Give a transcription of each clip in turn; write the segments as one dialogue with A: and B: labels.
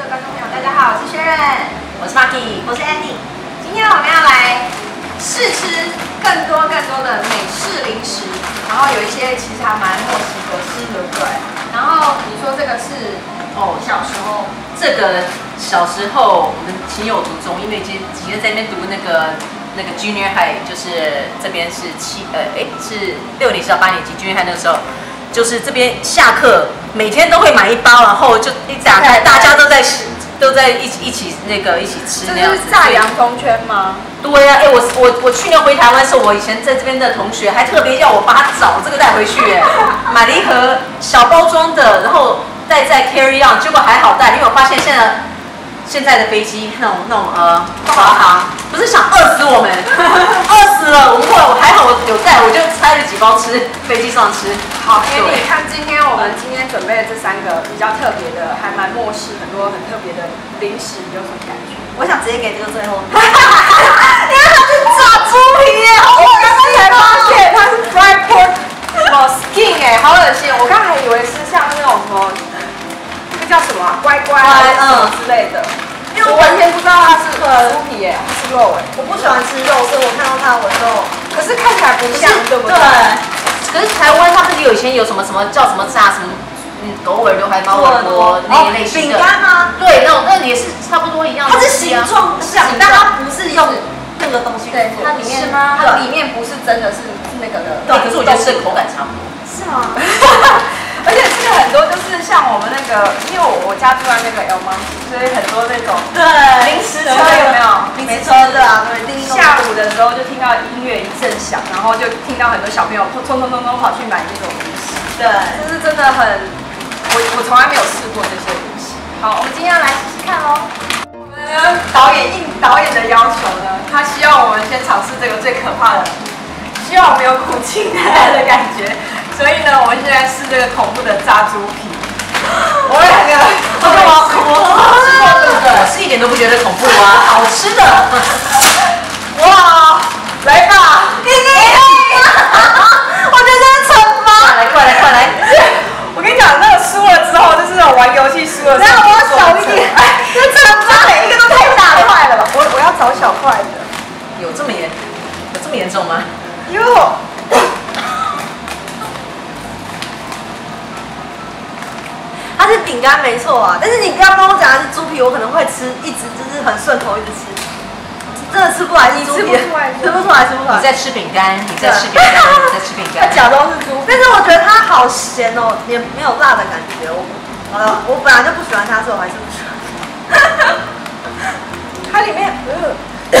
A: 好，我是薛任，
B: 我是 Marky，
A: 我是 Andy。今天我们要来试吃更多更多的美式零食，然后有一些其实还蛮墨西哥式，对不对？然后你说这个是哦，小时候
B: 这个小时候我们情有独钟，因为其实其实在那边读那个那个 junior high，就是这边是七呃哎是六年级到八年级 junior high 那个时候，就是这边下课每天都会买一包，然后就一打开，大家都在吃都在一起一起那个一起吃
A: 这
B: 那样
A: 是
B: 子。
A: 炸洋葱圈吗？
B: 对啊，哎、我我我去年回台湾的时候，我以前在这边的同学还特别要我帮他找这个带回去、哎，买了一盒小包装的，然后带在 carry on，结果还好带，因为我发现现在现在的飞机那种那种呃华航，不是想饿死我们，饿死了，我们后来我还好我有带，我就拆了几包吃，飞机上吃，
A: 好，给
B: 对
A: 你看，今天我们今天准备的这三个比较特别的，还蛮末世，很多很特别的零食，有什么感觉？
C: 我想直接给这个最后。
A: 你看它是炸猪皮耶！哦我刚刚才发现它是 fried pork 什么 skin 哎，好恶心！我刚还以为是像那种什么，那个叫什么啊、乖乖啊
C: 乖
A: 什么
C: 嗯
A: 之类的。
C: 因为
A: 我
C: 我
A: 完全不知道它是猪皮耶，还是肉哎。
C: 我不喜欢吃肉，所以我看到它我就
A: 可是看起来不像，对不对？
B: 可是台湾它不是有以前有什么什么叫什么炸什么，嗯，狗尾刘海猫耳
A: 哦
B: 朵那一类型
C: 饼
B: 的，
C: 干吗？
B: 对，那种那也是差不多一样的
C: 它是
B: 东西啊，
C: 形状像，但它不是用那个东西去
A: 对，
C: 做
A: 它里面
B: 是吗
A: 它里面不是真的是是那个的。
B: 对，可是我觉得这个口感差不多。
C: 是吗？
A: 而且这个很多就是像我们那个，因为我我家住在那个 L 吗，所以很多那种
C: 对，
A: 零食车有没有
C: 零食车对啊，对，第一个
A: 下午的时候就听到音乐一阵响，然后就听到很多小朋友冲冲冲冲跑去买那种零食，
C: 对，
A: 就是真的很，我我从来没有试过这些东西。好，我们今天要来试试看哦喽。我们的导演应导演的要求呢，他希望我们先尝试这个最可怕的，希望我们有苦尽甘来的感觉。所以呢，我们现在试这个恐怖的炸猪皮。我们两个都
B: 我要哭
A: 吃过对不对？
B: 我是一点都不觉得恐怖啊，好吃 的。
A: 哇，来吧！弟弟，我觉得这是惩罚。
B: 快来快来快来！
A: 我跟你讲，那个输了之后，就是那种玩游戏输了之后。
C: 那我小一点
A: 哎，这惩罚每一个都太大块了吧？我我要找小块的，
B: 有这么严，有这么严重吗？
A: 因为我。
C: 它是饼干没错啊，但是你刚刚跟我讲的是猪皮，我可能会吃，一直就是很顺口一直吃，真的吃不来是猪皮，
A: 你吃不出来
C: 吃不出来，吃不出
B: 你
C: 来。
B: 在吃饼干，你在吃饼干，你在吃饼
A: 他
B: 干。
A: 假装是猪，
C: 但是我觉得它好咸哦，也没有辣的感觉。我，呃，我本来就不喜欢它，所以我还是不喜欢。
A: 它里面，呃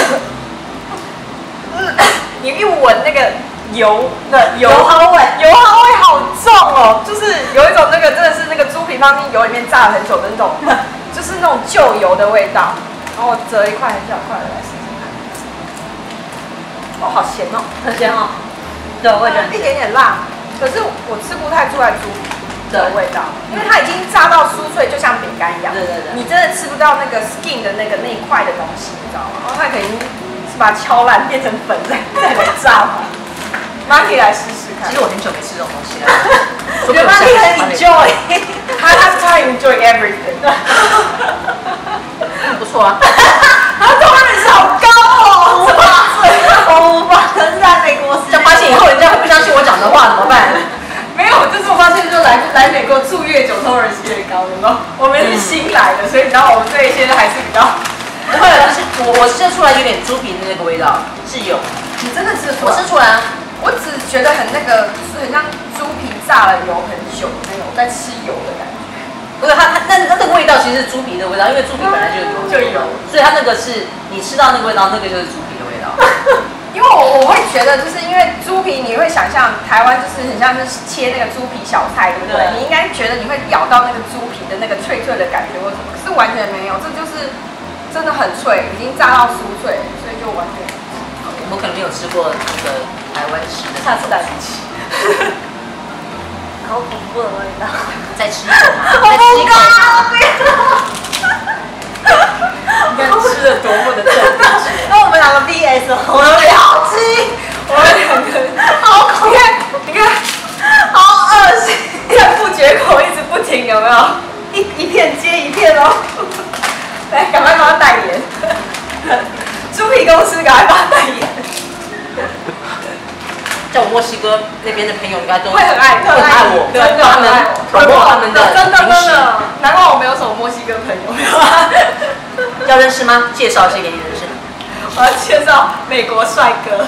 A: 呃你一闻那个油的油
C: 油耗味
A: 油耗味好重哦，就是有一种那个真的是那个猪皮放进油里面炸了很久的那种，就是那种旧油的味道。然后我折一块很小块的来试试看，哦，好咸哦，
C: 很咸哦，对，我也觉得很
A: 一
C: 咸。
A: 点点辣，可是我吃不太出来猪皮的味道，因为它已经炸到酥脆，就像饼干一样。
B: 嗯对对对
A: 你真的吃不到那个 skin 的那个那一块的东西，你知道吗？然后它可能是把它敲烂变成粉再再来炸嘛。妈可以来试试看
B: 其实。我很久没吃这种东 西了。
A: 我觉得妈可以很 enjoy，她 她她 enjoy everything。
B: 嗯不错 啊。
A: 她的外面是好高哦，
C: 无法，我无法，可是在美国是
B: 这样发现以后人家会不相信我讲的话怎么办？
A: 没有，就是我发现，就来来美国住越久，通人是越高，有没有？我们是新来的，所以你知道我们对一些还是比较。
B: 不会啊了，就是我我吃出来有点猪皮的那个味道，是有，
A: 你真的吃
B: 我吃出来啊。
A: 我只觉得很那个，就是很像猪皮炸了油很久的那种在吃油的感觉。
B: 不是它它那那个味道其实是猪皮的味道，因为猪皮本来就有
A: 就有，
B: 所以它那个是你吃到那个味道，那个就是猪皮的味道。
A: 因为我我会觉得，就是因为猪皮，你会想象台湾就是很像是切那个猪皮小菜，对不对？
B: 对
A: 你应该觉得你会咬到那个猪皮的那个脆脆的感觉或什么，可是完全没有，这就是真的很脆，已经炸到酥脆，所以就完全。
B: 我们可能没有吃过那个台湾吃的，
A: 下次再一 起。
C: 好恐怖的味道。
B: 再吃一口嘛，
C: 我
B: 再吃一口嘛。
A: 你看吃的多么的正当，
C: 那我们两个 VS，我们两鸡，
A: 我们两个好恐怖，你看，你看，好恶心，赞不绝口，一直不停，有没有？
C: 一一片接一片哦。
A: 来，哎赶快帮他代言。 猪皮公司，赶快帮他代言。
B: 像我墨西哥那边的朋友应该都
A: 会很爱，
B: 会很爱我，
A: 真的
B: 帮
A: 很
B: 他们
A: 爱
B: promote 他们的
A: 真的真
B: 零食
A: 的，难怪我没有什么墨西哥朋友。啊
B: 要认识吗？介绍一些给你认识。
A: 我要介绍美国帅哥，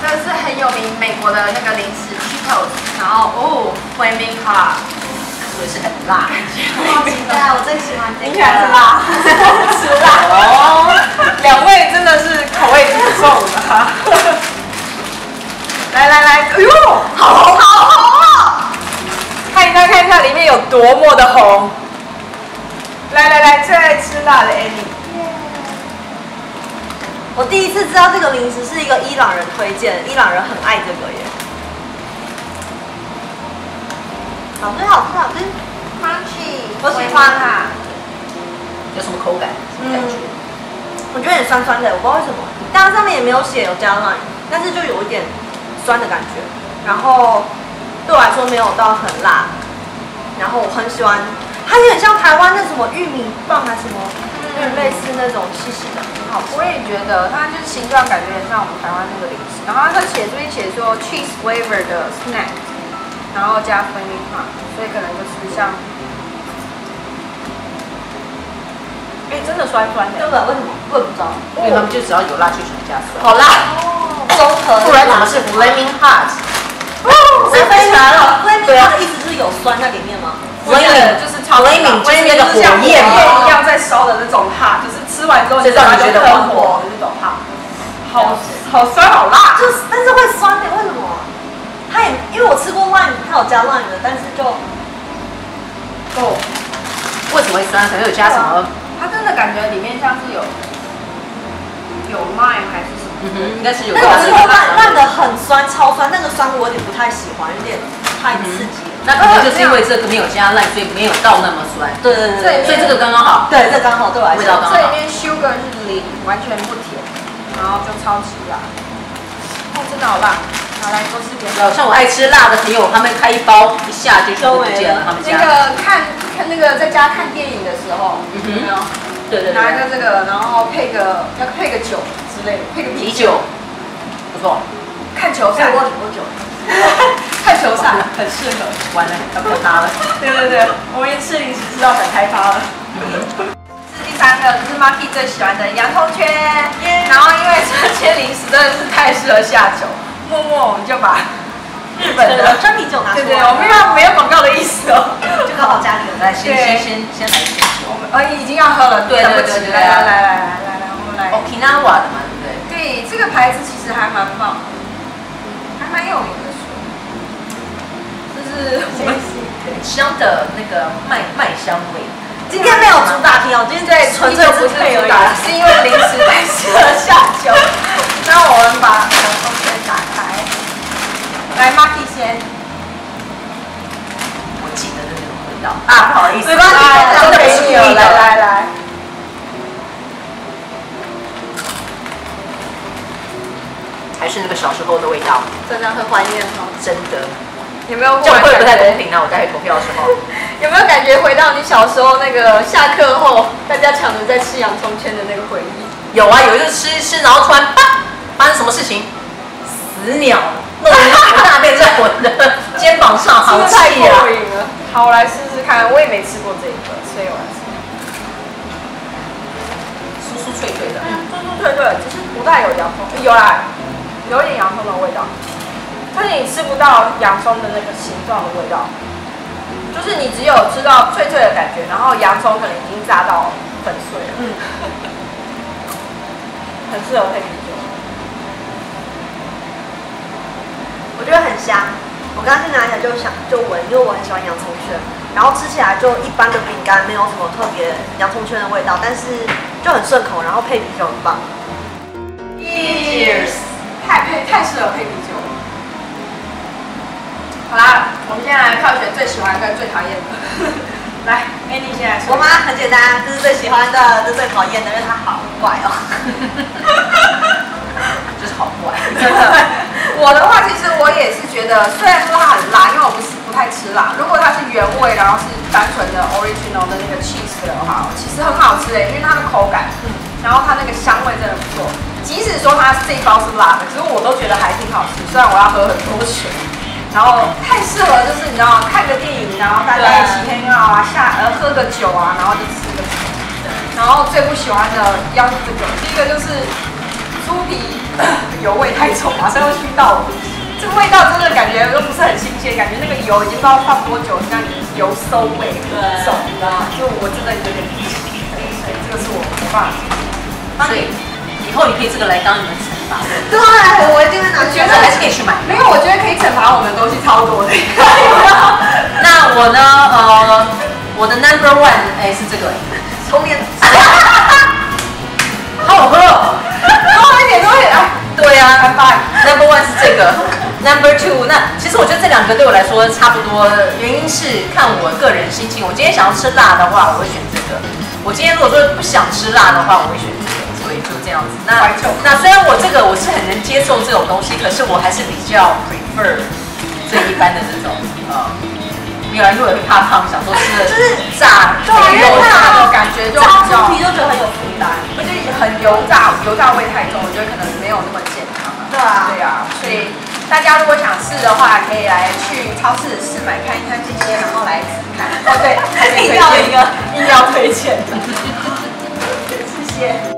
D: 这是很有名美国的那个零食 Cheetos，然后哦 f l a m i n g Hot，
B: 是不是很辣？
C: 好期
A: 啊
C: 待，我最喜欢这
A: 听
C: 个
A: 起。来是辣，我不吃辣哦。两位真的是口味挺重 的哈。来来来，哎呦，好红好红哦！看一下看一下里面有多么的红。来来来，最爱吃辣的 Annie，
C: 我第一次知道这个零食是一个伊朗人推荐，伊朗人很爱这个耶。好吃，好吃，好吃！
D: Crunchy，
C: 我喜欢啊
B: 有什么口感？什么感觉？
C: 我觉得有点酸酸的，我不知道为什么。当然上面也没有写有加 line，但是就有一点酸的感觉。然后对我来说没有到很辣，然后我很喜欢，它有点像台湾那什么玉米棒啊什么，有点类似那种细细的，很好吃。
D: 我也觉得它就是形状感觉很像我们台湾那个零食，然后它写这边写说 cheese flavor 的 snack，然后加 f l a m i n g Hot，所以可能就是像
A: 哎，真的酸酸
C: 对
A: 的。
C: 不对？为什么？我也不知道。
B: 因为他们就只要有辣就全加酸，
C: 好辣，综合。
B: 不然怎么是 flaming hot？哦
C: 我非常了。
B: 对
C: 对
B: 啊
C: 啊，意思就是有酸在里面吗？
A: 我觉得就是超级辣
B: flaming 就是那个火焰
A: 火
B: 嘛。
A: 焰一样在烧的那种哈，就是吃完之后
B: 就让你觉得
A: 很
B: 很
A: 火
B: 火
A: 的那种哈，好好酸好辣，
C: 就是，但是会酸的，为什么？它也因为我吃过烂，它有加烂的，但是就
A: 够。
B: 为什么会酸？可能有加什么？
D: 哦它真的感觉里面像是有有 lime 还是什么，
B: 嗯哼，应该是有
C: 那个
B: 加什
C: 吃过烂
B: 么？
C: 烂的很酸，超酸，那个酸我有点不太喜欢，有点太刺激了。
B: 那可能就是因为这个没有加辣，所以没有到那么酸。
C: 对对对对
B: 所以这个刚刚好。
C: 对，这刚好对我来
B: 味道
C: 说
B: 刚，
D: 这里面 sugar 是零，完全不甜，然后就超级辣，哦，真的好辣，好来多吃点。
B: 哦像我爱吃辣的朋友，他们开一包一下就全部不见了，他们
D: 那
B: 家。
D: 个看看那个在家看电影的时候，
B: 嗯
D: 有没
B: 哼，
D: 有
B: 对对
D: 拿一
B: 对，
D: 个这个，然后配个要配个酒之类的，配个
B: 啤酒不错，
D: 看球赛，
C: 我我久？
A: 看球 赛很适合。
B: 完了要不要它了？
A: 对对对，我们吃零食吃到很开发了。
B: 嗯
A: 是第三个，就是 Marky 最喜欢的洋葱圈。然后因为这些零食真的是太适合下酒，默默我们就把日本的，
C: 生啤酒拿出
A: 对
C: 来，
A: 对，我们要没有广告的意思哦。
C: 就刚好家里有
B: 来，
C: 在
B: 先先先先来一瓶
A: 我们呃已经要喝了，
B: 对对
A: 等不
B: 对
A: 及
B: 对
A: 了，来来
B: 哦
A: 来来来来，我们来。
B: Okinawa 的嘛，对不对？
A: 对，这个牌子其实还蛮棒的，还蛮有名的说。就是我们
B: 很香的那个麦麦香味。
C: 今天没有主打题哦，今天在纯粹
A: 就不
C: 是
A: 是
C: 配而
A: 主打，
C: 已。
A: 是因为零食太适合下酒。那我们把洋葱圈打开，来 Marky 先。
B: 我记得的那种味道啊，不好意思，
A: 没关系
B: 啊
A: 这
B: 真
A: 样
B: 的不
A: 给
B: 是故
A: 你了
B: 意的，
A: 来来来。
B: 还是那个小时候的味道，
C: 真的很怀念哦。
B: 真的，
A: 有没有
B: 这样会不太
A: 感
B: 公平啊？我待会投票的时候，
C: 有没有感觉回到你小时候那个下课后大家抢着在吃洋葱圈的那个回忆？
B: 有啊，有一次吃一吃，然后突然啪，发生什么事情？死鸟弄得我大便在我的肩膀上，好
A: 觉？
B: 气
A: 太过
B: 啊！
A: 瘾了。好，我来试试看，我也没吃过这一个，所以我来试。
B: 酥酥脆脆的，
A: 对对对对，只是不太有洋葱，有啦，有点洋葱的味道，但是你吃不到洋葱的那个形状的味道，就是你只有吃到脆脆的感觉，然后洋葱可能已经炸到粉碎了，
C: 嗯，
A: 很适合配啤酒。
C: 我觉得很香。我刚刚去拿起来就想就闻，因为我很喜欢洋葱圈，然后吃起来就一般的饼干，没有什么特别洋葱圈的味道，但是就很顺口，然后配啤酒很棒。
A: Cheers！太配太适合配啤酒了。好啦，我们现在来票选最喜欢跟最讨厌的。 来，Annie 先来说。
C: 我妈很简单，这是最喜欢的，这是最讨厌的，因为它好怪 哦。
B: 就是好怪。
A: 真的。 我的话，其实我也是觉得，虽然说它很辣，因为我不是不太吃辣。如果它是原味，然后是单纯的 original 牛的那个 cheese 的话，其实很好吃哎、因为它的口感，然后它那个香味真的不错。即使说它这一包是辣的，可是我都觉得还挺好吃。虽然我要喝很多水，然后太适合就是你知道看个电影，然后大家一起 hang out 啊，下呃喝个酒啊，然后就吃个什么。然后最不喜欢的要是这个，第一个就是猪皮油味太重，马上要熏到我。这个呃味道真的感觉都不是很新鲜，感觉那个油已经不知道放多久，让你油馊味很重，你知道吗？就我真的有点不行，对所以这个是我没办法接受。
B: 所 以以后你可以这个来当你们惩罚，
C: 对，我一定会拿去
B: 觉得还是可以去买。
A: 没有，我啊觉得可以惩罚我们的东西超多的。
B: 那我呢？呃，我的 number one 哎是这个，
C: 充电。
B: 好好喝哦。
A: 多一点，多一点，哎，
B: 对呀、
A: 拜拜。
B: Number one 是这个，Number two 那其实我觉得这两个对我来说差不多，原因是看我个人心情。我今天想要吃辣的话，我会选这个；我今天如果说不想吃辣的话，我会选这个。所以就这样子。那
A: 怀旧
B: 那虽然我这个我是很能接受这种东西，可是我还是比较 prefer 最一般的这种呃。没有啦，因为我会怕胖，想说吃的就是炸，
A: 对啊，因为
B: 油
A: 看到那 种
B: 炸
A: 感觉就比
C: 炸猪
A: 较，
C: 皮都觉得很有负担。
A: 而且很油炸，油炸味太重，我觉得可能没有那么健康啊。
C: 对啊
A: 对啊，所以大家如果想试的话，可以来去超市试买看一看这些，然后来试试 看。哦，对，还没推
C: 硬要
A: 荐
C: 一个
A: 硬要推荐的，谢谢。